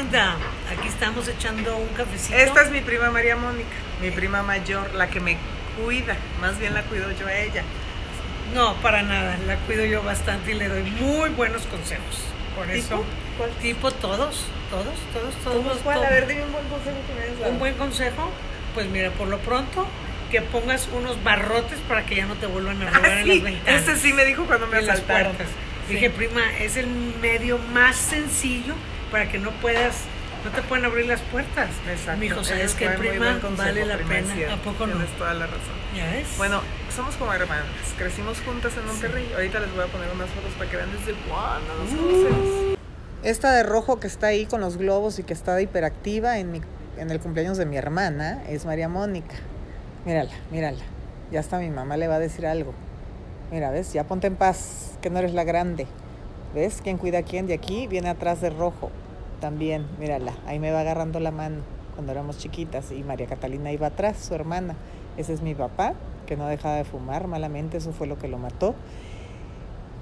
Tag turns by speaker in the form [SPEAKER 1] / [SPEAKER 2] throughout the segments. [SPEAKER 1] Rosita, aquí estamos echando un cafecito.
[SPEAKER 2] Esta es mi prima María Mónica, mi prima mayor, la que me cuida, más bien la cuido yo a ella.
[SPEAKER 1] No, para nada, la cuido yo bastante y le doy muy buenos consejos. Por eso,
[SPEAKER 2] ¿Cuál?
[SPEAKER 1] tipo todos, todos, todos, todos.
[SPEAKER 2] ¿Cómo cuál?
[SPEAKER 1] todos.
[SPEAKER 2] A ver, dime un buen consejo que me hayas dado.
[SPEAKER 1] Un buen consejo, pues mira, por lo pronto, que pongas unos barrotes para que ya no te vuelvan a
[SPEAKER 2] Ah,
[SPEAKER 1] robar en
[SPEAKER 2] sí,
[SPEAKER 1] las ventanas.
[SPEAKER 2] Ese sí me dijo cuando me
[SPEAKER 1] en las
[SPEAKER 2] asaltaron.
[SPEAKER 1] puertas.
[SPEAKER 2] Sí.
[SPEAKER 1] Dije, prima, es el medio más sencillo para que no puedas, no te pueden abrir las puertas.
[SPEAKER 2] Exacto.
[SPEAKER 1] Mi hijo,
[SPEAKER 2] ese
[SPEAKER 1] ¿sabes qué,
[SPEAKER 2] fue muy
[SPEAKER 1] prima?
[SPEAKER 2] buen consejo,
[SPEAKER 1] vale la
[SPEAKER 2] prima, es
[SPEAKER 1] pena.
[SPEAKER 2] cierto,
[SPEAKER 1] ¿A poco no?
[SPEAKER 2] Tienes toda la razón.
[SPEAKER 1] ¿Ya ves?
[SPEAKER 2] Bueno, somos como hermanas, crecimos juntas en Monterrey. Ahorita les voy a poner unas fotos para que vean desde cuándo nos conocemos. Uh. Esta de rojo que está ahí con los globos y que está hiperactiva en, mi, en el cumpleaños de mi hermana es María Mónica. Mírala, mírala. Ya hasta mi mamá le va a decir algo. Mira, ¿ves? Ya ponte en paz, que no eres la grande. ¿Ves? ¿Quién cuida a quién? De aquí viene atrás de rojo. También, mírala, ahí me va agarrando la mano cuando éramos chiquitas y María Catalina iba atrás, su hermana. Ese es mi papá, que no dejaba de fumar malamente, eso fue lo que lo mató.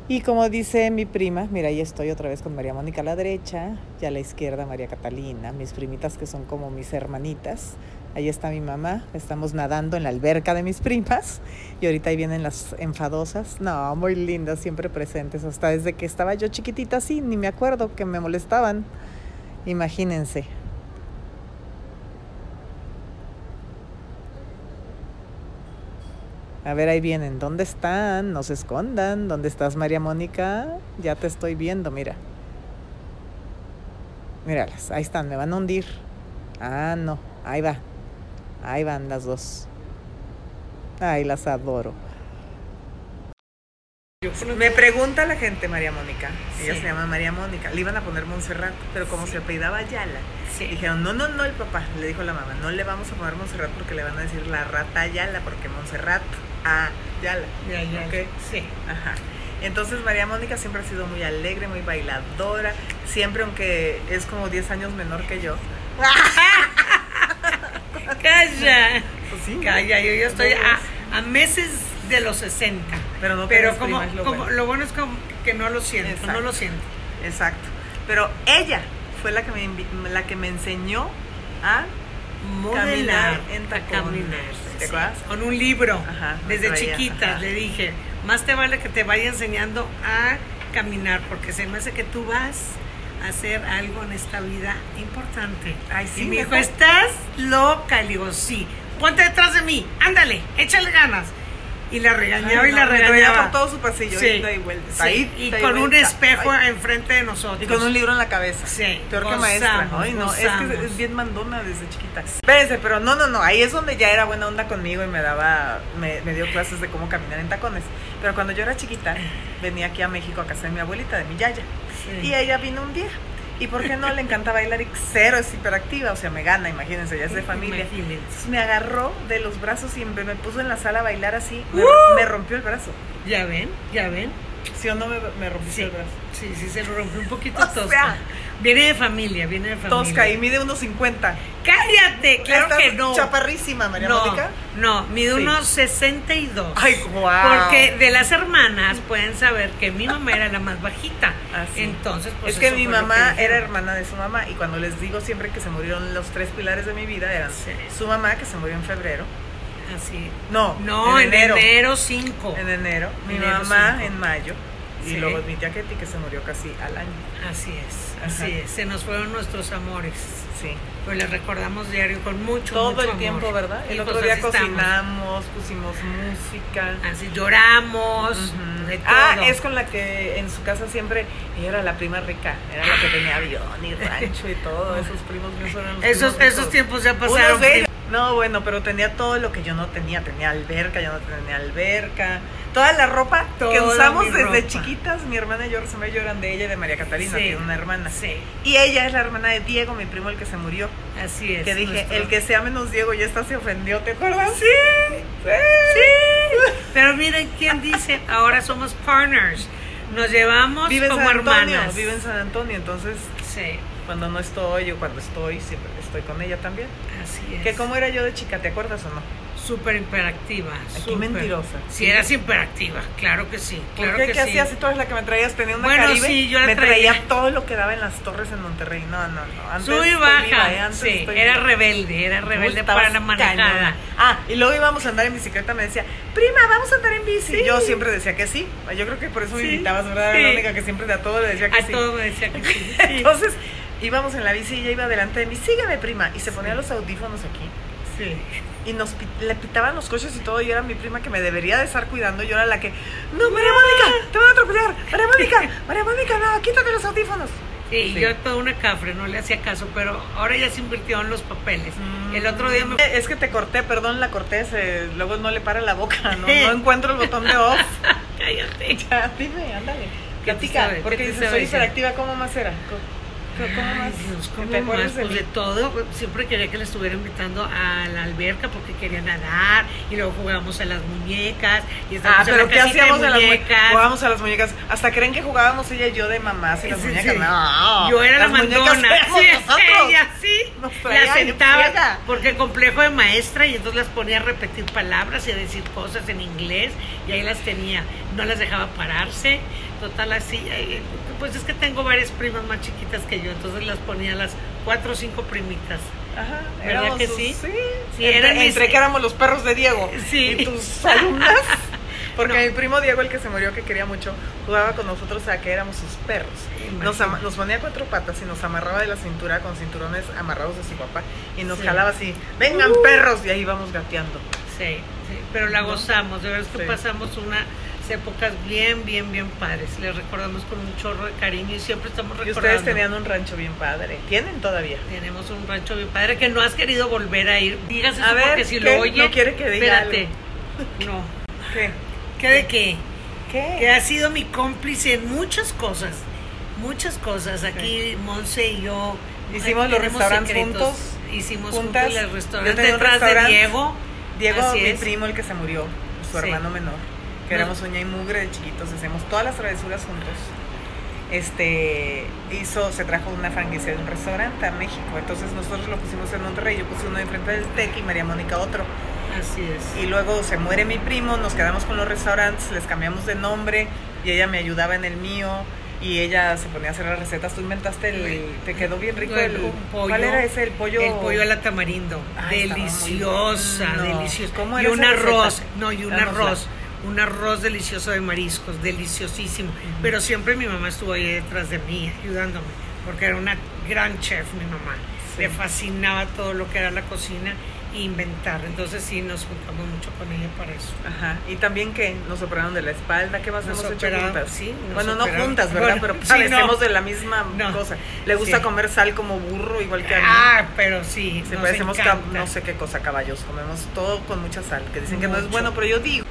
[SPEAKER 2] Y como dice mi prima, mira, ahí estoy otra vez con María Mónica a la derecha y a la izquierda María Catalina, mis primitas que son como mis hermanitas. Ahí está mi mamá, estamos nadando en la alberca de mis primas y ahorita ahí vienen las enfadosas. No, muy lindas, siempre presentes, hasta desde que estaba yo chiquitita así, ni me acuerdo que me molestaban. Imagínense. A ver, ahí vienen. ¿Dónde están? No se escondan. ¿Dónde estás, María Mónica? Ya te estoy viendo, mira. Míralas, ahí están, me van a hundir. Ah, no, ahí va. Ahí van las dos. Ay, las adoro.
[SPEAKER 1] Yo creo que-
[SPEAKER 2] Me pregunta la gente, María Mónica. Ella
[SPEAKER 1] Sí.
[SPEAKER 2] se llama María Mónica. Le iban a poner Montserrat, pero como se apellidaba Ayala,
[SPEAKER 1] sí.
[SPEAKER 2] dijeron, no, no, no, el papá. Le dijo la mamá, no le vamos a poner Montserrat porque le van a decir la rata Ayala, porque Montserrat Ayala.
[SPEAKER 1] Ya, ya,
[SPEAKER 2] Ok.
[SPEAKER 1] sí.
[SPEAKER 2] Ajá. Entonces María Mónica siempre ha sido muy alegre, muy bailadora, siempre aunque es como 10 años menor que yo.
[SPEAKER 1] Calla.
[SPEAKER 2] Pues sí,
[SPEAKER 1] Calla, yo, yo estoy
[SPEAKER 2] No,
[SPEAKER 1] a, a meses de los 60.
[SPEAKER 2] Pero no
[SPEAKER 1] Pero
[SPEAKER 2] tenés
[SPEAKER 1] como,
[SPEAKER 2] primas, lo
[SPEAKER 1] como-
[SPEAKER 2] bueno.
[SPEAKER 1] lo bueno es como que no lo siento, no
[SPEAKER 2] Exacto.
[SPEAKER 1] lo siento.
[SPEAKER 2] Exacto. Pero ella fue la que me, invi- la que me enseñó a...
[SPEAKER 1] Modelar,
[SPEAKER 2] en
[SPEAKER 1] a
[SPEAKER 2] tacones.
[SPEAKER 1] caminar.
[SPEAKER 2] ¿Te
[SPEAKER 1] sí.
[SPEAKER 2] acuerdas?
[SPEAKER 1] Con un libro.
[SPEAKER 2] Ajá, lo
[SPEAKER 1] Desde
[SPEAKER 2] traía,
[SPEAKER 1] chiquita
[SPEAKER 2] ajá.
[SPEAKER 1] le dije, más te vale que te vaya enseñando a caminar, porque se me hace que tú vas a hacer algo en esta vida importante.
[SPEAKER 2] Ay, sí,
[SPEAKER 1] y me dijo,
[SPEAKER 2] neta.
[SPEAKER 1] estás loca. Le digo, sí, ponte detrás de mí, ándale, échale ganas. Y la regañaba
[SPEAKER 2] Ay,
[SPEAKER 1] y
[SPEAKER 2] no,
[SPEAKER 1] la
[SPEAKER 2] me traía
[SPEAKER 1] regañaba.
[SPEAKER 2] por todo su pasillo,
[SPEAKER 1] Sí,
[SPEAKER 2] ida y vuelta,
[SPEAKER 1] sí,
[SPEAKER 2] ahí,
[SPEAKER 1] y
[SPEAKER 2] ida y
[SPEAKER 1] con un
[SPEAKER 2] vuelta,
[SPEAKER 1] espejo
[SPEAKER 2] ahí.
[SPEAKER 1] enfrente de nosotros.
[SPEAKER 2] Y con un libro en la cabeza.
[SPEAKER 1] Sí,
[SPEAKER 2] Peor que
[SPEAKER 1] gozamos,
[SPEAKER 2] maestra. Ay, no, es que
[SPEAKER 1] gozamos.
[SPEAKER 2] es bien mandona desde chiquita. Espérense, pero no, no, no. Ahí es donde ya era buena onda conmigo y me daba, me, me dio clases de cómo caminar en tacones. Pero cuando yo era chiquita, venía aquí a México a casa de mi abuelita, de mi yaya.
[SPEAKER 1] Sí.
[SPEAKER 2] Y ella vino un día. ¿Y por qué no? Le encanta bailar y cero es hiperactiva. O sea, me gana, imagínense, ya es de familia.
[SPEAKER 1] Imagínense.
[SPEAKER 2] Entonces me agarró de los brazos y me me puso en la sala a bailar así. Me,
[SPEAKER 1] ¡Uh!
[SPEAKER 2] me rompió el brazo.
[SPEAKER 1] Ya ven, ya ven.
[SPEAKER 2] ¿Sí o no me, me rompiste
[SPEAKER 1] Sí,
[SPEAKER 2] el brazo?
[SPEAKER 1] sí, sí, se lo rompió un poquito
[SPEAKER 2] O sea.
[SPEAKER 1] tosca. Viene de familia, viene de familia.
[SPEAKER 2] Tosca y mide 1.50.
[SPEAKER 1] ¡Cállate! Claro
[SPEAKER 2] Estás
[SPEAKER 1] que no.
[SPEAKER 2] Chaparrísima, María
[SPEAKER 1] no,
[SPEAKER 2] Mónica.
[SPEAKER 1] no, mide
[SPEAKER 2] Sí.
[SPEAKER 1] unos 62.
[SPEAKER 2] Ay, guau.
[SPEAKER 1] Porque de las hermanas pueden saber que mi mamá era la más bajita.
[SPEAKER 2] Ah, sí.
[SPEAKER 1] Entonces, pues.
[SPEAKER 2] es que
[SPEAKER 1] eso
[SPEAKER 2] mi
[SPEAKER 1] fue lo
[SPEAKER 2] mamá
[SPEAKER 1] que
[SPEAKER 2] era
[SPEAKER 1] dijeron.
[SPEAKER 2] hermana de su mamá y cuando les digo siempre que se murieron los tres pilares de mi vida eran
[SPEAKER 1] Sí.
[SPEAKER 2] su mamá que se murió en febrero,
[SPEAKER 1] Así.
[SPEAKER 2] no,
[SPEAKER 1] No,
[SPEAKER 2] en enero,
[SPEAKER 1] 5.
[SPEAKER 2] en enero, mi
[SPEAKER 1] Enero
[SPEAKER 2] mamá
[SPEAKER 1] cinco.
[SPEAKER 2] en mayo y
[SPEAKER 1] Sí.
[SPEAKER 2] luego mi tía Ketty que se murió casi al año.
[SPEAKER 1] Así es,
[SPEAKER 2] Ajá.
[SPEAKER 1] así es. Se nos fueron nuestros amores.
[SPEAKER 2] Sí.
[SPEAKER 1] Pues les recordamos diario con mucho,
[SPEAKER 2] Todo
[SPEAKER 1] mucho
[SPEAKER 2] el
[SPEAKER 1] amor.
[SPEAKER 2] tiempo, ¿verdad?
[SPEAKER 1] Y
[SPEAKER 2] El
[SPEAKER 1] pues
[SPEAKER 2] otro día
[SPEAKER 1] así estamos.
[SPEAKER 2] cocinamos, pusimos música.
[SPEAKER 1] Así lloramos.
[SPEAKER 2] Ujú.
[SPEAKER 1] de
[SPEAKER 2] Ah,
[SPEAKER 1] todo.
[SPEAKER 2] es con la que en su casa siempre ella era la prima rica, era la que tenía avión y rancho y todo, esos primos míos eran los
[SPEAKER 1] Esos,
[SPEAKER 2] primos ricos.
[SPEAKER 1] esos tiempos ya
[SPEAKER 2] Unos
[SPEAKER 1] pasaron.
[SPEAKER 2] de ellos- No, bueno, pero tenía todo lo que yo no tenía, tenía alberca, yo no tenía alberca, toda la ropa que
[SPEAKER 1] Toda
[SPEAKER 2] usamos
[SPEAKER 1] mi
[SPEAKER 2] desde
[SPEAKER 1] ropa.
[SPEAKER 2] chiquitas, mi hermana y yo siempre lloran de ella y de María Catalina,
[SPEAKER 1] Sí.
[SPEAKER 2] tiene una hermana.
[SPEAKER 1] Sí,
[SPEAKER 2] Y ella es la hermana de Diego, mi primo el que se murió,
[SPEAKER 1] así es.
[SPEAKER 2] que dije,
[SPEAKER 1] nuestro-
[SPEAKER 2] el que sea menos Diego y esta se ofendió, ¿te acuerdas? Sí, sí.
[SPEAKER 1] Pero miren quién dice, ahora somos partners. Nos llevamos
[SPEAKER 2] Vive en
[SPEAKER 1] como
[SPEAKER 2] San Antonio,
[SPEAKER 1] hermanas.
[SPEAKER 2] vive en San Antonio, entonces
[SPEAKER 1] Sí.
[SPEAKER 2] Cuando no estoy o cuando estoy, siempre estoy con ella también.
[SPEAKER 1] Así es.
[SPEAKER 2] Que como era yo de chica, ¿te acuerdas o no?
[SPEAKER 1] Súper hiperactiva.
[SPEAKER 2] Aquí
[SPEAKER 1] súper.
[SPEAKER 2] mentirosa.
[SPEAKER 1] Sí, eras hiperactiva, claro que sí.
[SPEAKER 2] ¿Por
[SPEAKER 1] Claro
[SPEAKER 2] qué?
[SPEAKER 1] que
[SPEAKER 2] ¿Qué
[SPEAKER 1] sí.
[SPEAKER 2] hacías? Si tú eres la que me traías, tenía una
[SPEAKER 1] Bueno,
[SPEAKER 2] Caribe,
[SPEAKER 1] sí, yo la
[SPEAKER 2] me
[SPEAKER 1] traía.
[SPEAKER 2] todo lo que daba en las torres en Monterrey. No, no, no. Antes
[SPEAKER 1] Sub y
[SPEAKER 2] estoy
[SPEAKER 1] baja.
[SPEAKER 2] viva, ¿eh? Antes
[SPEAKER 1] sí,
[SPEAKER 2] estoy
[SPEAKER 1] era
[SPEAKER 2] viva.
[SPEAKER 1] rebelde, era
[SPEAKER 2] Uy,
[SPEAKER 1] rebelde
[SPEAKER 2] estabas
[SPEAKER 1] para la manejada.
[SPEAKER 2] cañona. Ah, y luego íbamos a andar en bicicleta, me decía, prima, vamos a andar en bici.
[SPEAKER 1] Sí.
[SPEAKER 2] Yo siempre decía que sí. Yo creo que por eso me
[SPEAKER 1] Sí.
[SPEAKER 2] invitabas, ¿verdad? Era
[SPEAKER 1] Sí.
[SPEAKER 2] La única que siempre a todo le decía que
[SPEAKER 1] A
[SPEAKER 2] sí.
[SPEAKER 1] todo me decía que sí. sí.
[SPEAKER 2] Entonces íbamos en la bici y ella iba delante de mí, sígueme, prima. Y se ponía los audífonos aquí.
[SPEAKER 1] sí.
[SPEAKER 2] Y nos pi- le pitaban los coches y todo. Y era mi prima que me debería de estar cuidando. Yo era la que, no, María Mónica, te van a atropellar. María Mónica, María Mónica, no, quítate los audífonos.
[SPEAKER 1] Sí,
[SPEAKER 2] Sí.
[SPEAKER 1] yo toda una cafre, no le hacía caso, pero ahora ya se invirtió en los papeles. Mm. El otro día me
[SPEAKER 2] Eh, Es que te corté, perdón, la corté. se- luego no le para la boca, ¿no? No encuentro el botón de off.
[SPEAKER 1] Cállate.
[SPEAKER 2] Ya, dime, ándale.
[SPEAKER 1] ¿Qué te
[SPEAKER 2] Platica,
[SPEAKER 1] sabe? ¿Qué
[SPEAKER 2] porque
[SPEAKER 1] te
[SPEAKER 2] dices,
[SPEAKER 1] sabe
[SPEAKER 2] soy
[SPEAKER 1] decir?
[SPEAKER 2] hiperactiva, ¿cómo más era? ¿Cómo, cómo
[SPEAKER 1] Ay,
[SPEAKER 2] más?
[SPEAKER 1] Dios,
[SPEAKER 2] ¿Te
[SPEAKER 1] ¿cómo
[SPEAKER 2] acuerdas
[SPEAKER 1] más?
[SPEAKER 2] de
[SPEAKER 1] Pues
[SPEAKER 2] mí?
[SPEAKER 1] de todo. Siempre quería que la estuviera invitando a la alberca porque quería nadar y luego jugábamos a las muñecas y
[SPEAKER 2] Ah,
[SPEAKER 1] estábamos en
[SPEAKER 2] pero
[SPEAKER 1] la
[SPEAKER 2] ¿qué
[SPEAKER 1] casita
[SPEAKER 2] hacíamos
[SPEAKER 1] de
[SPEAKER 2] en las muñecas?
[SPEAKER 1] muñecas.
[SPEAKER 2] Jugábamos a las muñecas. Hasta creen que jugábamos ella y yo de mamás y las
[SPEAKER 1] Sí,
[SPEAKER 2] muñecas.
[SPEAKER 1] sí.
[SPEAKER 2] No.
[SPEAKER 1] Yo era la
[SPEAKER 2] las muñecas
[SPEAKER 1] mandona.
[SPEAKER 2] éramos
[SPEAKER 1] Sí,
[SPEAKER 2] nosotros.
[SPEAKER 1] ella sí.
[SPEAKER 2] Nos traía
[SPEAKER 1] La
[SPEAKER 2] en friega.
[SPEAKER 1] sentaba porque el complejo de maestra y entonces las ponía a repetir palabras y a decir cosas en inglés y ahí las tenía. No las dejaba pararse. Total, así. eh, Pues es que tengo varias primas más chiquitas que yo, entonces las ponía a las cuatro o cinco primitas.
[SPEAKER 2] Ajá,
[SPEAKER 1] ¿Verdad
[SPEAKER 2] éramos
[SPEAKER 1] que
[SPEAKER 2] sus-
[SPEAKER 1] sí?
[SPEAKER 2] Sí,
[SPEAKER 1] Sí,
[SPEAKER 2] entre,
[SPEAKER 1] eran mis-
[SPEAKER 2] entre que éramos los perros de Diego
[SPEAKER 1] Sí.
[SPEAKER 2] y tus alumnas. Porque mi primo Diego, el que se murió, que quería mucho, jugaba con nosotros a que éramos sus perros. Nos, ama- nos ponía cuatro patas y nos amarraba de la cintura con cinturones amarrados de su papá y nos
[SPEAKER 1] Sí.
[SPEAKER 2] jalaba así, vengan perros, y ahí íbamos gateando.
[SPEAKER 1] Sí, sí, pero la
[SPEAKER 2] ¿No?
[SPEAKER 1] gozamos, de verdad es que
[SPEAKER 2] Sí.
[SPEAKER 1] pasamos unas épocas bien, bien, bien padres. Les recordamos con un chorro de cariño y siempre estamos
[SPEAKER 2] Y
[SPEAKER 1] recordando.
[SPEAKER 2] ustedes tenían un rancho bien padre, tienen todavía.
[SPEAKER 1] Tenemos un rancho bien padre que no has querido volver a ir. Dígase
[SPEAKER 2] A ver,
[SPEAKER 1] porque si
[SPEAKER 2] ¿qué?
[SPEAKER 1] lo oye.
[SPEAKER 2] No quiere que diga
[SPEAKER 1] Espérate. No.
[SPEAKER 2] ¿Qué?
[SPEAKER 1] ¿Qué de qué? Que
[SPEAKER 2] ¿Qué?
[SPEAKER 1] ha sido mi cómplice en muchas cosas. Muchas cosas. Aquí Monse y yo.
[SPEAKER 2] Hicimos
[SPEAKER 1] aquí
[SPEAKER 2] los
[SPEAKER 1] tenemos
[SPEAKER 2] restaurantes
[SPEAKER 1] secretos.
[SPEAKER 2] juntos,
[SPEAKER 1] Hicimos
[SPEAKER 2] juntas.
[SPEAKER 1] juntos los
[SPEAKER 2] Yo
[SPEAKER 1] restaurantes
[SPEAKER 2] tenía un
[SPEAKER 1] detrás
[SPEAKER 2] restaurante.
[SPEAKER 1] de Diego.
[SPEAKER 2] Diego,
[SPEAKER 1] Así
[SPEAKER 2] mi
[SPEAKER 1] es.
[SPEAKER 2] primo, el que se murió, su
[SPEAKER 1] Sí.
[SPEAKER 2] hermano menor, que
[SPEAKER 1] No.
[SPEAKER 2] éramos uña y mugre de chiquitos, hacíamos todas las travesuras juntos. Este hizo, se trajo una franquicia de un restaurante a México. Entonces nosotros lo pusimos en Monterrey, yo puse uno enfrente del Tec y María Mónica otro.
[SPEAKER 1] Así es.
[SPEAKER 2] Y luego se muere mi primo, nos quedamos con los restaurantes, les cambiamos de nombre y ella me ayudaba en el mío y ella se ponía a hacer las recetas. Tú inventaste el. Te quedó bien rico
[SPEAKER 1] El-
[SPEAKER 2] el.
[SPEAKER 1] un pollo.
[SPEAKER 2] ¿Cuál era ese? El pollo.
[SPEAKER 1] El pollo a la tamarindo.
[SPEAKER 2] Ay, estaba
[SPEAKER 1] deliciosa,
[SPEAKER 2] muy bueno.
[SPEAKER 1] deliciosa.
[SPEAKER 2] ¿Cómo
[SPEAKER 1] y
[SPEAKER 2] era
[SPEAKER 1] un
[SPEAKER 2] esa receta?
[SPEAKER 1] arroz, no, y un
[SPEAKER 2] Dánosla.
[SPEAKER 1] arroz. Un arroz delicioso de mariscos, deliciosísimo.
[SPEAKER 2] Ujú.
[SPEAKER 1] Pero siempre mi mamá estuvo ahí detrás de mí, ayudándome, porque era una gran chef mi mamá.
[SPEAKER 2] Sí.
[SPEAKER 1] Le fascinaba todo lo que era la cocina e inventar. Entonces sí, nos juntamos mucho con ella para eso.
[SPEAKER 2] Ajá. Y también que nos operaron de la espalda, ¿qué más
[SPEAKER 1] Nos
[SPEAKER 2] hemos hecho
[SPEAKER 1] operaron,
[SPEAKER 2] juntas?
[SPEAKER 1] sí, nos
[SPEAKER 2] bueno, no
[SPEAKER 1] operaron.
[SPEAKER 2] juntas, ¿verdad?
[SPEAKER 1] Bueno,
[SPEAKER 2] Pero
[SPEAKER 1] sí,
[SPEAKER 2] parecemos
[SPEAKER 1] no.
[SPEAKER 2] de la misma
[SPEAKER 1] No.
[SPEAKER 2] cosa. Le gusta
[SPEAKER 1] Sí.
[SPEAKER 2] comer sal como burro, igual que a mí.
[SPEAKER 1] Ah, pero sí,
[SPEAKER 2] Sí,
[SPEAKER 1] nos
[SPEAKER 2] parecemos cab-
[SPEAKER 1] encanta.
[SPEAKER 2] no sé qué cosa caballos, comemos todo con mucha sal, que dicen que no es
[SPEAKER 1] Mucho.
[SPEAKER 2] bueno, pero yo digo,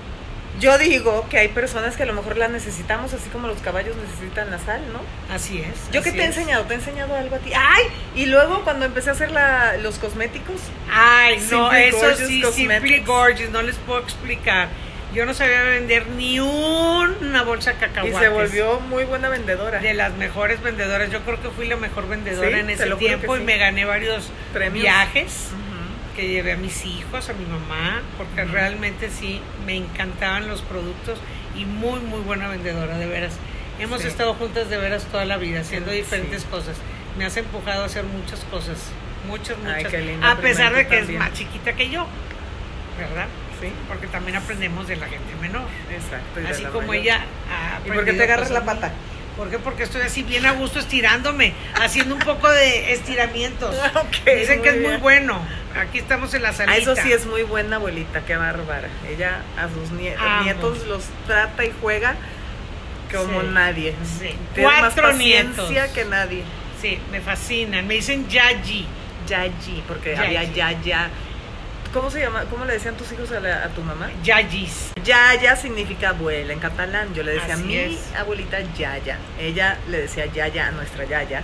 [SPEAKER 2] yo digo que hay personas que a lo mejor la necesitamos así como los caballos necesitan la sal, ¿no?
[SPEAKER 1] Así es.
[SPEAKER 2] Yo que
[SPEAKER 1] así
[SPEAKER 2] te he
[SPEAKER 1] es.
[SPEAKER 2] enseñado, te he enseñado algo a ti. Ay, y luego cuando empecé a hacer la- los cosméticos,
[SPEAKER 1] Ay, no,
[SPEAKER 2] Simply
[SPEAKER 1] eso
[SPEAKER 2] Gorgeous
[SPEAKER 1] sí,
[SPEAKER 2] Cosmetics.
[SPEAKER 1] Simply Gorgeous, no les puedo explicar. Yo no sabía vender ni una bolsa de
[SPEAKER 2] y
[SPEAKER 1] cacahuates.
[SPEAKER 2] se volvió muy buena vendedora.
[SPEAKER 1] de las mejores vendedoras. Yo creo que fui la mejor vendedora
[SPEAKER 2] Sí,
[SPEAKER 1] en
[SPEAKER 2] te
[SPEAKER 1] ese
[SPEAKER 2] lo juro que
[SPEAKER 1] tiempo y
[SPEAKER 2] sí.
[SPEAKER 1] me gané varios
[SPEAKER 2] Premios.
[SPEAKER 1] viajes
[SPEAKER 2] Ujú.
[SPEAKER 1] que llevé a mis hijos, a mi mamá, porque
[SPEAKER 2] Ujú.
[SPEAKER 1] realmente sí me encantaban los productos y muy muy buena vendedora, de veras. Hemos
[SPEAKER 2] Sí.
[SPEAKER 1] estado juntas de veras toda la vida haciendo
[SPEAKER 2] Sí.
[SPEAKER 1] diferentes cosas. Me has empujado a hacer muchas cosas, muchas
[SPEAKER 2] Ay,
[SPEAKER 1] muchas,
[SPEAKER 2] qué lindo,
[SPEAKER 1] a
[SPEAKER 2] prima,
[SPEAKER 1] pesar
[SPEAKER 2] tú
[SPEAKER 1] de que
[SPEAKER 2] también.
[SPEAKER 1] es más chiquita que yo, ¿verdad?
[SPEAKER 2] Sí,
[SPEAKER 1] Porque también aprendemos de la gente menor,
[SPEAKER 2] exacto. y de
[SPEAKER 1] así
[SPEAKER 2] la
[SPEAKER 1] como
[SPEAKER 2] mayor.
[SPEAKER 1] ella. ha
[SPEAKER 2] ¿Y por qué
[SPEAKER 1] aprendido
[SPEAKER 2] te agarras
[SPEAKER 1] cosas
[SPEAKER 2] la
[SPEAKER 1] muy-
[SPEAKER 2] pata?
[SPEAKER 1] ¿Por qué? Porque estoy así bien a gusto estirándome, haciendo un poco de estiramientos.
[SPEAKER 2] Ok,
[SPEAKER 1] Dicen que es muy
[SPEAKER 2] bien.
[SPEAKER 1] bueno. Aquí estamos en la salita.
[SPEAKER 2] Ah, eso sí es muy buena abuelita, qué bárbara. Ella a sus nie-
[SPEAKER 1] Amo.
[SPEAKER 2] nietos los trata y juega como
[SPEAKER 1] Sí,
[SPEAKER 2] nadie.
[SPEAKER 1] sí.
[SPEAKER 2] Tiene más
[SPEAKER 1] Cuatro
[SPEAKER 2] paciencia
[SPEAKER 1] nietos.
[SPEAKER 2] que nadie.
[SPEAKER 1] Sí, me fascinan. Me dicen Yayi.
[SPEAKER 2] Yayi, porque
[SPEAKER 1] Yayi.
[SPEAKER 2] había Yaya. ¿Cómo se llama? ¿Cómo le decían tus hijos a, la- a tu mamá?
[SPEAKER 1] Yayis.
[SPEAKER 2] Yaya significa abuela en catalán. Yo le decía
[SPEAKER 1] Así
[SPEAKER 2] a mi
[SPEAKER 1] es.
[SPEAKER 2] abuelita Yaya. Ella le decía Yaya a nuestra Yaya.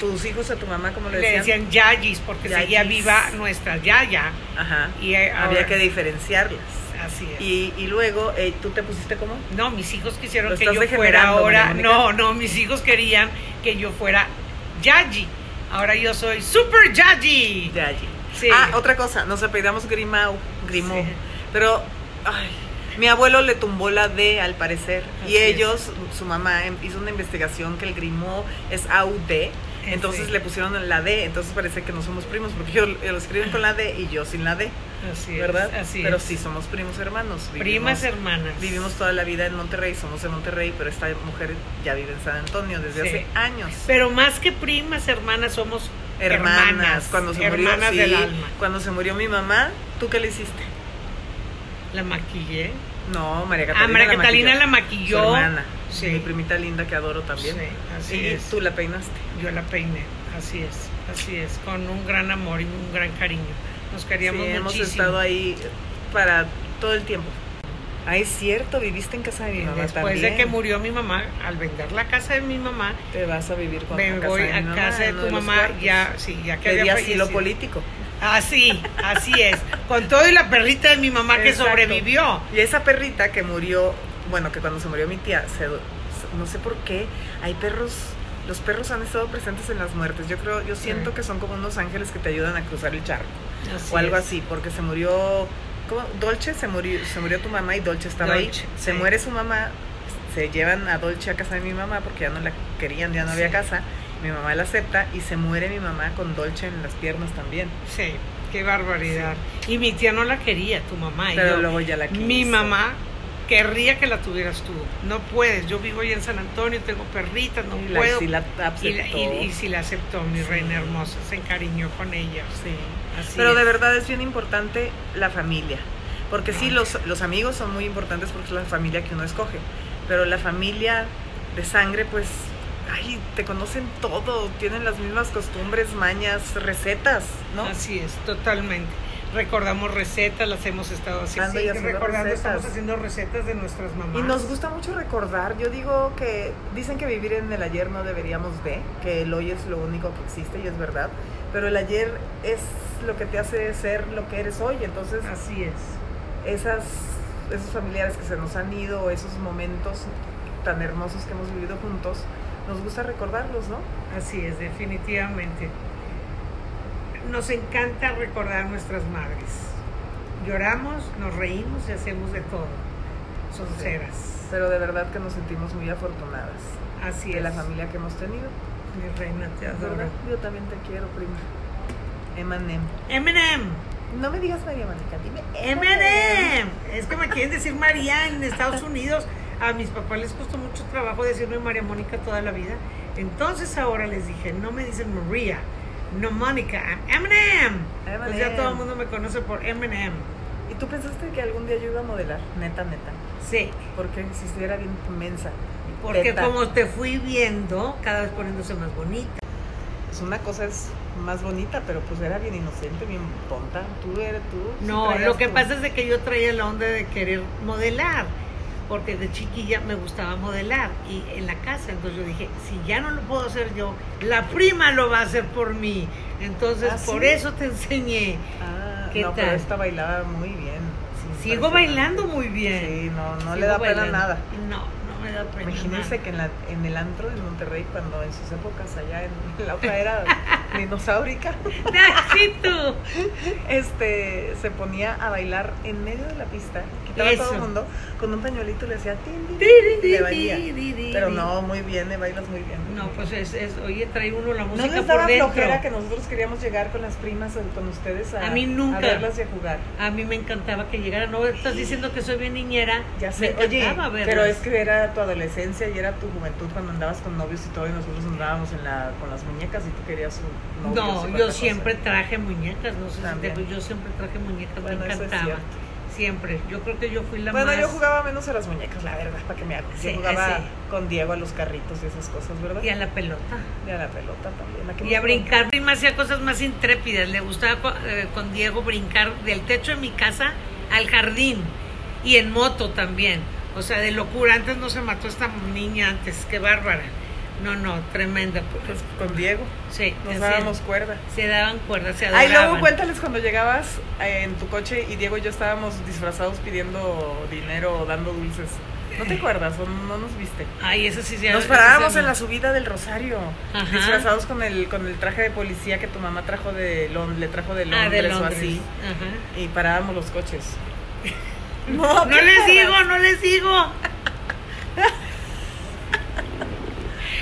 [SPEAKER 2] ¿Tus hijos a tu mamá cómo
[SPEAKER 1] Le
[SPEAKER 2] le decían?
[SPEAKER 1] decían Yayis porque
[SPEAKER 2] Yayis.
[SPEAKER 1] seguía viva nuestra Yaya.
[SPEAKER 2] Ajá.
[SPEAKER 1] Y eh,
[SPEAKER 2] Había
[SPEAKER 1] ahora-
[SPEAKER 2] que diferenciarlas.
[SPEAKER 1] Así es.
[SPEAKER 2] Y, y luego, eh, ¿tú te pusiste como?
[SPEAKER 1] No, mis hijos quisieron
[SPEAKER 2] Lo
[SPEAKER 1] que
[SPEAKER 2] estás
[SPEAKER 1] yo fuera
[SPEAKER 2] degenerando,
[SPEAKER 1] ahora.
[SPEAKER 2] María Mónica.
[SPEAKER 1] No, no, mis hijos querían que yo fuera Yayi. Ahora yo soy Super Yayi.
[SPEAKER 2] De allí.
[SPEAKER 1] Sí.
[SPEAKER 2] Ah, otra cosa, nos apellidamos Grimau, Grimau.
[SPEAKER 1] Sí.
[SPEAKER 2] Pero, ay, mi abuelo le tumbó la D al parecer.
[SPEAKER 1] Así
[SPEAKER 2] y
[SPEAKER 1] es.
[SPEAKER 2] ellos, su mamá em- hizo una investigación que el Grimau es AUD. Entonces
[SPEAKER 1] Eh, Sí.
[SPEAKER 2] le pusieron la D, entonces parece que no somos primos, porque yo, yo lo escriben con la D y yo sin la D,
[SPEAKER 1] Así es,
[SPEAKER 2] ¿verdad?
[SPEAKER 1] Así
[SPEAKER 2] pero
[SPEAKER 1] es.
[SPEAKER 2] sí somos primos hermanos.
[SPEAKER 1] Primas
[SPEAKER 2] vivimos-
[SPEAKER 1] hermanas.
[SPEAKER 2] Vivimos toda la vida en Monterrey, somos de Monterrey, pero esta mujer ya vive en San Antonio desde
[SPEAKER 1] Sí.
[SPEAKER 2] hace años.
[SPEAKER 1] Pero más que primas hermanas, somos
[SPEAKER 2] Hermanas, cuando se murió
[SPEAKER 1] hermanas
[SPEAKER 2] sí,
[SPEAKER 1] del alma.
[SPEAKER 2] cuando se murió mi mamá, ¿tú qué le hiciste?
[SPEAKER 1] La maquillé.
[SPEAKER 2] No, María Catalina.
[SPEAKER 1] ah, María
[SPEAKER 2] la
[SPEAKER 1] Catalina la
[SPEAKER 2] maquilló.
[SPEAKER 1] maquilló.
[SPEAKER 2] Su hermana,
[SPEAKER 1] Sí.
[SPEAKER 2] mi primita linda que adoro también.
[SPEAKER 1] Sí, así
[SPEAKER 2] y
[SPEAKER 1] es.
[SPEAKER 2] tú la peinaste.
[SPEAKER 1] Yo la peiné. Así es, así es. Con un gran amor y un gran cariño. Nos
[SPEAKER 2] Sí,
[SPEAKER 1] queríamos muchísimo.
[SPEAKER 2] hemos estado ahí para todo el tiempo. Ah, es cierto, viviste en casa de mi
[SPEAKER 1] Y
[SPEAKER 2] mamá
[SPEAKER 1] Después
[SPEAKER 2] también.
[SPEAKER 1] de que murió mi mamá, al vender la casa de mi mamá,
[SPEAKER 2] Te vas a vivir con
[SPEAKER 1] me
[SPEAKER 2] a casa
[SPEAKER 1] voy
[SPEAKER 2] de mi
[SPEAKER 1] a
[SPEAKER 2] mamá,
[SPEAKER 1] casa de
[SPEAKER 2] uno
[SPEAKER 1] tu
[SPEAKER 2] los
[SPEAKER 1] mamá,
[SPEAKER 2] cuartos.
[SPEAKER 1] ya, sí, ya que
[SPEAKER 2] Pedí
[SPEAKER 1] había
[SPEAKER 2] asilo
[SPEAKER 1] fallecido.
[SPEAKER 2] político.
[SPEAKER 1] Así, así es. Con todo y la perrita de mi mamá que
[SPEAKER 2] Exacto.
[SPEAKER 1] sobrevivió.
[SPEAKER 2] Y esa perrita que murió, bueno, que cuando se murió mi tía, se do- se- no sé por qué, hay perros, los perros han estado presentes en las muertes. Yo creo, yo siento
[SPEAKER 1] Sí.
[SPEAKER 2] que son como unos ángeles que te ayudan a cruzar el charco o
[SPEAKER 1] es.
[SPEAKER 2] algo así, porque se murió, ¿cómo? Dolce se murió, se murió tu mamá y Dolce estaba
[SPEAKER 1] Dolce,
[SPEAKER 2] ahí. Se
[SPEAKER 1] sí.
[SPEAKER 2] muere su mamá, se llevan a Dolce a casa de mi mamá porque ya no la querían, ya no había
[SPEAKER 1] Sí.
[SPEAKER 2] casa. Mi mamá la acepta y se muere mi mamá con Dolce en las piernas también.
[SPEAKER 1] Sí, qué barbaridad. Y mi tía no la quería, tu mamá. y yo,
[SPEAKER 2] Pero luego ya la quiso.
[SPEAKER 1] mi mamá querría que la tuvieras tú. No puedes. Yo vivo ahí en San Antonio, tengo perritas, no
[SPEAKER 2] Y la,
[SPEAKER 1] puedo.
[SPEAKER 2] sí la
[SPEAKER 1] y, la-
[SPEAKER 2] aceptó.
[SPEAKER 1] y- y sí la aceptó, mi
[SPEAKER 2] Sí.
[SPEAKER 1] reina hermosa. Se encariñó con ella. Sí, así
[SPEAKER 2] Pero de
[SPEAKER 1] es.
[SPEAKER 2] verdad es bien importante la familia. Porque sí,
[SPEAKER 1] Ah.
[SPEAKER 2] los, los amigos son muy importantes porque es la familia que uno escoge. Pero la familia de sangre, pues, ay, te conocen todo, tienen las mismas costumbres, mañas, recetas, ¿no?
[SPEAKER 1] Así es, totalmente. Recordamos recetas, las hemos estado haciendo.
[SPEAKER 2] Dando y haciendo
[SPEAKER 1] recordando,
[SPEAKER 2] recetas.
[SPEAKER 1] estamos haciendo recetas de nuestras mamás.
[SPEAKER 2] Y nos gusta mucho recordar, yo digo que dicen que vivir en el ayer no deberíamos de, que el hoy es lo único que existe y es verdad, pero el ayer es lo que te hace ser lo que eres hoy, entonces
[SPEAKER 1] Así es.
[SPEAKER 2] esas, esos familiares que se nos han ido, o esos momentos tan hermosos que hemos vivido juntos, nos gusta recordarlos, ¿no?
[SPEAKER 1] Así es, definitivamente. Nos encanta recordar nuestras madres. Lloramos, nos reímos y hacemos de todo. Son
[SPEAKER 2] Sí.
[SPEAKER 1] ceras.
[SPEAKER 2] Pero de verdad que nos sentimos muy afortunadas
[SPEAKER 1] Así
[SPEAKER 2] de
[SPEAKER 1] es.
[SPEAKER 2] la familia que hemos tenido.
[SPEAKER 1] Mi reina, te adoro.
[SPEAKER 2] ¿verdad? Yo también te quiero, prima. Emanem.
[SPEAKER 1] Eminem,
[SPEAKER 2] No me digas María Mónica, dime
[SPEAKER 1] Eminem. Es que me quieren decir María en Estados Unidos. A mis papás les costó mucho trabajo decirme María Mónica toda la vida. Entonces ahora les dije, no me dicen María, no Mónica, I'm Eminem. Pues ya
[SPEAKER 2] Eminem.
[SPEAKER 1] todo el mundo me conoce por Eminem.
[SPEAKER 2] ¿Y tú pensaste que algún día yo iba a modelar? Neta, neta.
[SPEAKER 1] Sí.
[SPEAKER 2] Porque si estuviera bien inmensa.
[SPEAKER 1] Porque
[SPEAKER 2] Teta.
[SPEAKER 1] como te fui viendo, cada vez poniéndose más bonita.
[SPEAKER 2] Pues una cosa es más bonita, pero pues era bien inocente, bien tonta. Tú eres tú. sí
[SPEAKER 1] No,
[SPEAKER 2] traías
[SPEAKER 1] lo que
[SPEAKER 2] tu-
[SPEAKER 1] pasa es de que yo traía la onda de querer modelar, porque de chiquilla me gustaba modelar y en la casa, entonces yo dije, si ya no lo puedo hacer yo, la prima lo va a hacer por mí. Entonces
[SPEAKER 2] ¿Ah,
[SPEAKER 1] por
[SPEAKER 2] sí?
[SPEAKER 1] eso te enseñé.
[SPEAKER 2] Ah,
[SPEAKER 1] ¿Qué
[SPEAKER 2] no, pero
[SPEAKER 1] tal?
[SPEAKER 2] esta bailaba muy bien. Sí,
[SPEAKER 1] Sigo
[SPEAKER 2] impresionante.
[SPEAKER 1] bailando muy bien.
[SPEAKER 2] Sí, no, no
[SPEAKER 1] Sigo
[SPEAKER 2] le da pena
[SPEAKER 1] bailando.
[SPEAKER 2] nada.
[SPEAKER 1] No, no me da pena.
[SPEAKER 2] Imagínense
[SPEAKER 1] nada.
[SPEAKER 2] que en, la, en el antro de Monterrey, cuando en sus épocas allá en la otra era dinosaurica,
[SPEAKER 1] Sí, tú.
[SPEAKER 2] este, se ponía a bailar en medio de la pista, quitaba a todo el
[SPEAKER 1] Eso.
[SPEAKER 2] mundo, con un pañuelito y le hacía tin, tin,
[SPEAKER 1] Di,
[SPEAKER 2] tin,
[SPEAKER 1] di,
[SPEAKER 2] y le
[SPEAKER 1] di,
[SPEAKER 2] valía.
[SPEAKER 1] di, di,
[SPEAKER 2] Pero
[SPEAKER 1] di.
[SPEAKER 2] no, muy bien, eh, bailas muy bien.
[SPEAKER 1] No, pues es, es- oye, trae uno la
[SPEAKER 2] ¿No
[SPEAKER 1] música
[SPEAKER 2] les
[SPEAKER 1] por
[SPEAKER 2] daba
[SPEAKER 1] dentro.
[SPEAKER 2] flojera que nosotros queríamos llegar con las primas o con ustedes a,
[SPEAKER 1] A mí nunca.
[SPEAKER 2] a verlas y a jugar?
[SPEAKER 1] A mí me encantaba que llegara. No, estás diciendo que soy bien niñera.
[SPEAKER 2] Ya sé,
[SPEAKER 1] Me
[SPEAKER 2] oye,
[SPEAKER 1] encantaba verlas.
[SPEAKER 2] pero es que era tu adolescencia y era tu juventud cuando andabas con novios y todo, y nosotros andábamos en la, con las muñecas y tú querías un novio. y
[SPEAKER 1] No,
[SPEAKER 2] cuánta
[SPEAKER 1] yo
[SPEAKER 2] cosa.
[SPEAKER 1] siempre traje muñecas. No sé
[SPEAKER 2] También.
[SPEAKER 1] si te- yo siempre traje muñecas.
[SPEAKER 2] Bueno,
[SPEAKER 1] me
[SPEAKER 2] eso es
[SPEAKER 1] encantaba.
[SPEAKER 2] cierto.
[SPEAKER 1] Siempre. Yo creo que yo fui la
[SPEAKER 2] Bueno,
[SPEAKER 1] más.
[SPEAKER 2] yo jugaba menos a las muñecas, la verdad, para que me hagas.
[SPEAKER 1] Sí,
[SPEAKER 2] yo jugaba
[SPEAKER 1] sí.
[SPEAKER 2] con Diego a los carritos y esas cosas, ¿verdad?
[SPEAKER 1] Y a la pelota.
[SPEAKER 2] Y a la pelota también. qué
[SPEAKER 1] Y a
[SPEAKER 2] más?
[SPEAKER 1] brincar. Prima hacía cosas más intrépidas. Le gustaba co- eh, con Diego brincar del techo de mi casa al jardín. Y en moto también. O sea, de locura. Antes no se mató esta niña antes. Qué bárbara. No, no, tremenda.
[SPEAKER 2] Pues, con Diego.
[SPEAKER 1] Sí,
[SPEAKER 2] Nos
[SPEAKER 1] así
[SPEAKER 2] dábamos
[SPEAKER 1] es.
[SPEAKER 2] cuerda.
[SPEAKER 1] Se daban cuerdas, se
[SPEAKER 2] Ay,
[SPEAKER 1] adoraban.
[SPEAKER 2] luego cuéntales cuando llegabas eh, en tu coche y Diego y yo estábamos disfrazados pidiendo dinero o dando dulces. ¿No te acuerdas? ¿O no nos viste?
[SPEAKER 1] Ay, eso sí se
[SPEAKER 2] Nos
[SPEAKER 1] eso
[SPEAKER 2] parábamos
[SPEAKER 1] sí-
[SPEAKER 2] en la subida del Rosario,
[SPEAKER 1] Ajá.
[SPEAKER 2] disfrazados con el, con el traje de policía que tu mamá trajo de Londres, le trajo de Londres,
[SPEAKER 1] Ah, de
[SPEAKER 2] o
[SPEAKER 1] Londres.
[SPEAKER 2] así.
[SPEAKER 1] Ajá.
[SPEAKER 2] Y parábamos los coches.
[SPEAKER 1] No les digo, no les digo.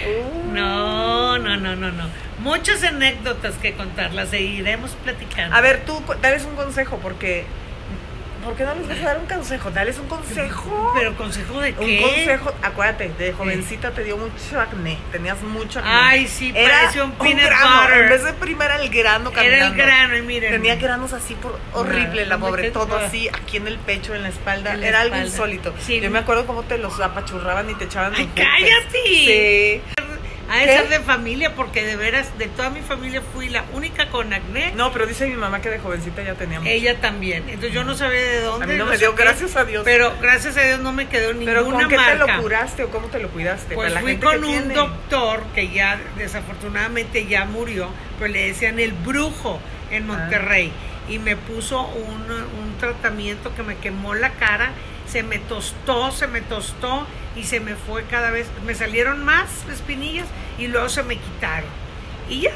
[SPEAKER 2] Uh.
[SPEAKER 1] No, no, no, no, no. Muchas anécdotas que contar, las seguiremos platicando.
[SPEAKER 2] A ver, tú cu- dales un consejo, porque. ¿Por qué no les vas a dar un consejo? Dales un consejo.
[SPEAKER 1] ¿Pero consejo de
[SPEAKER 2] un
[SPEAKER 1] qué?
[SPEAKER 2] consejo, acuérdate, de jovencita te dio mucho acné, tenías mucho acné.
[SPEAKER 1] Ay, sí, parecía un peanut
[SPEAKER 2] grano,
[SPEAKER 1] butter.
[SPEAKER 2] En vez de primar al grano caminando.
[SPEAKER 1] Era el grano, y miren.
[SPEAKER 2] Tenía granos así por horrible, la
[SPEAKER 1] Ah,
[SPEAKER 2] pobre,
[SPEAKER 1] qué
[SPEAKER 2] todo
[SPEAKER 1] cosa.
[SPEAKER 2] así, aquí en el pecho, en la espalda,
[SPEAKER 1] En la
[SPEAKER 2] era algo
[SPEAKER 1] espalda.
[SPEAKER 2] insólito.
[SPEAKER 1] Sí.
[SPEAKER 2] Yo me acuerdo cómo te los apachurraban y te echaban
[SPEAKER 1] ¡Ay,
[SPEAKER 2] enfrente.
[SPEAKER 1] cállate!
[SPEAKER 2] Sí.
[SPEAKER 1] A
[SPEAKER 2] ¿Qué?
[SPEAKER 1] ser de familia, porque de veras, de toda mi familia fui la única con acné.
[SPEAKER 2] No, pero dice mi mamá que de jovencita ya tenía mucho.
[SPEAKER 1] Ella también. Entonces yo no sabía de dónde.
[SPEAKER 2] a mí no me
[SPEAKER 1] sé
[SPEAKER 2] dio,
[SPEAKER 1] qué,
[SPEAKER 2] gracias a Dios.
[SPEAKER 1] Pero gracias a Dios no me quedó ninguna
[SPEAKER 2] Pero ¿con qué
[SPEAKER 1] marca.
[SPEAKER 2] te lo curaste o cómo te lo cuidaste?
[SPEAKER 1] Pues
[SPEAKER 2] Para la
[SPEAKER 1] fui
[SPEAKER 2] gente
[SPEAKER 1] con
[SPEAKER 2] que
[SPEAKER 1] un
[SPEAKER 2] tiene.
[SPEAKER 1] doctor que ya desafortunadamente ya murió, pero le decían el brujo en
[SPEAKER 2] Ah.
[SPEAKER 1] Monterrey y me puso un, un tratamiento que me quemó la cara, se me tostó, se me tostó y se me fue cada vez, me salieron más espinillas y luego se me quitaron. Y ya,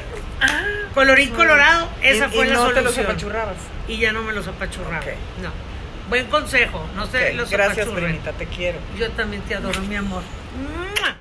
[SPEAKER 1] colorín colorado, esa
[SPEAKER 2] Ah. Mm. Y-
[SPEAKER 1] fue
[SPEAKER 2] y
[SPEAKER 1] la
[SPEAKER 2] no te los
[SPEAKER 1] solución.
[SPEAKER 2] apachurrabas.
[SPEAKER 1] y ya no me los apachurraba.
[SPEAKER 2] Ok.
[SPEAKER 1] No. Buen consejo, no se
[SPEAKER 2] Ok,
[SPEAKER 1] los
[SPEAKER 2] Gracias,
[SPEAKER 1] apachurren.
[SPEAKER 2] Brunita, te quiero.
[SPEAKER 1] Yo también te adoro, mi amor. ¡Mua!